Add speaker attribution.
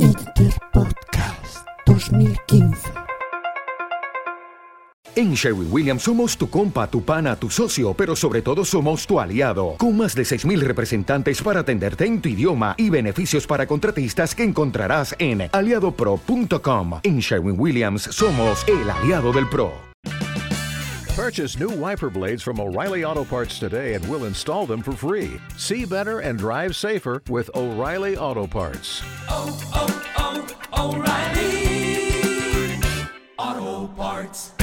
Speaker 1: Interpodcast 2015.
Speaker 2: En Sherwin Williams somos tu compa, tu pana, tu socio, pero sobre todo somos tu aliado, con más de 6.000 representantes para atenderte en tu idioma y beneficios para contratistas que encontrarás en aliadopro.com. En Sherwin Williams somos el aliado del PRO.
Speaker 3: Purchase new wiper blades from O'Reilly Auto Parts today and we'll install them for free. See better and drive safer with O'Reilly Auto Parts.
Speaker 4: Oh, oh, oh, O'Reilly Auto Parts.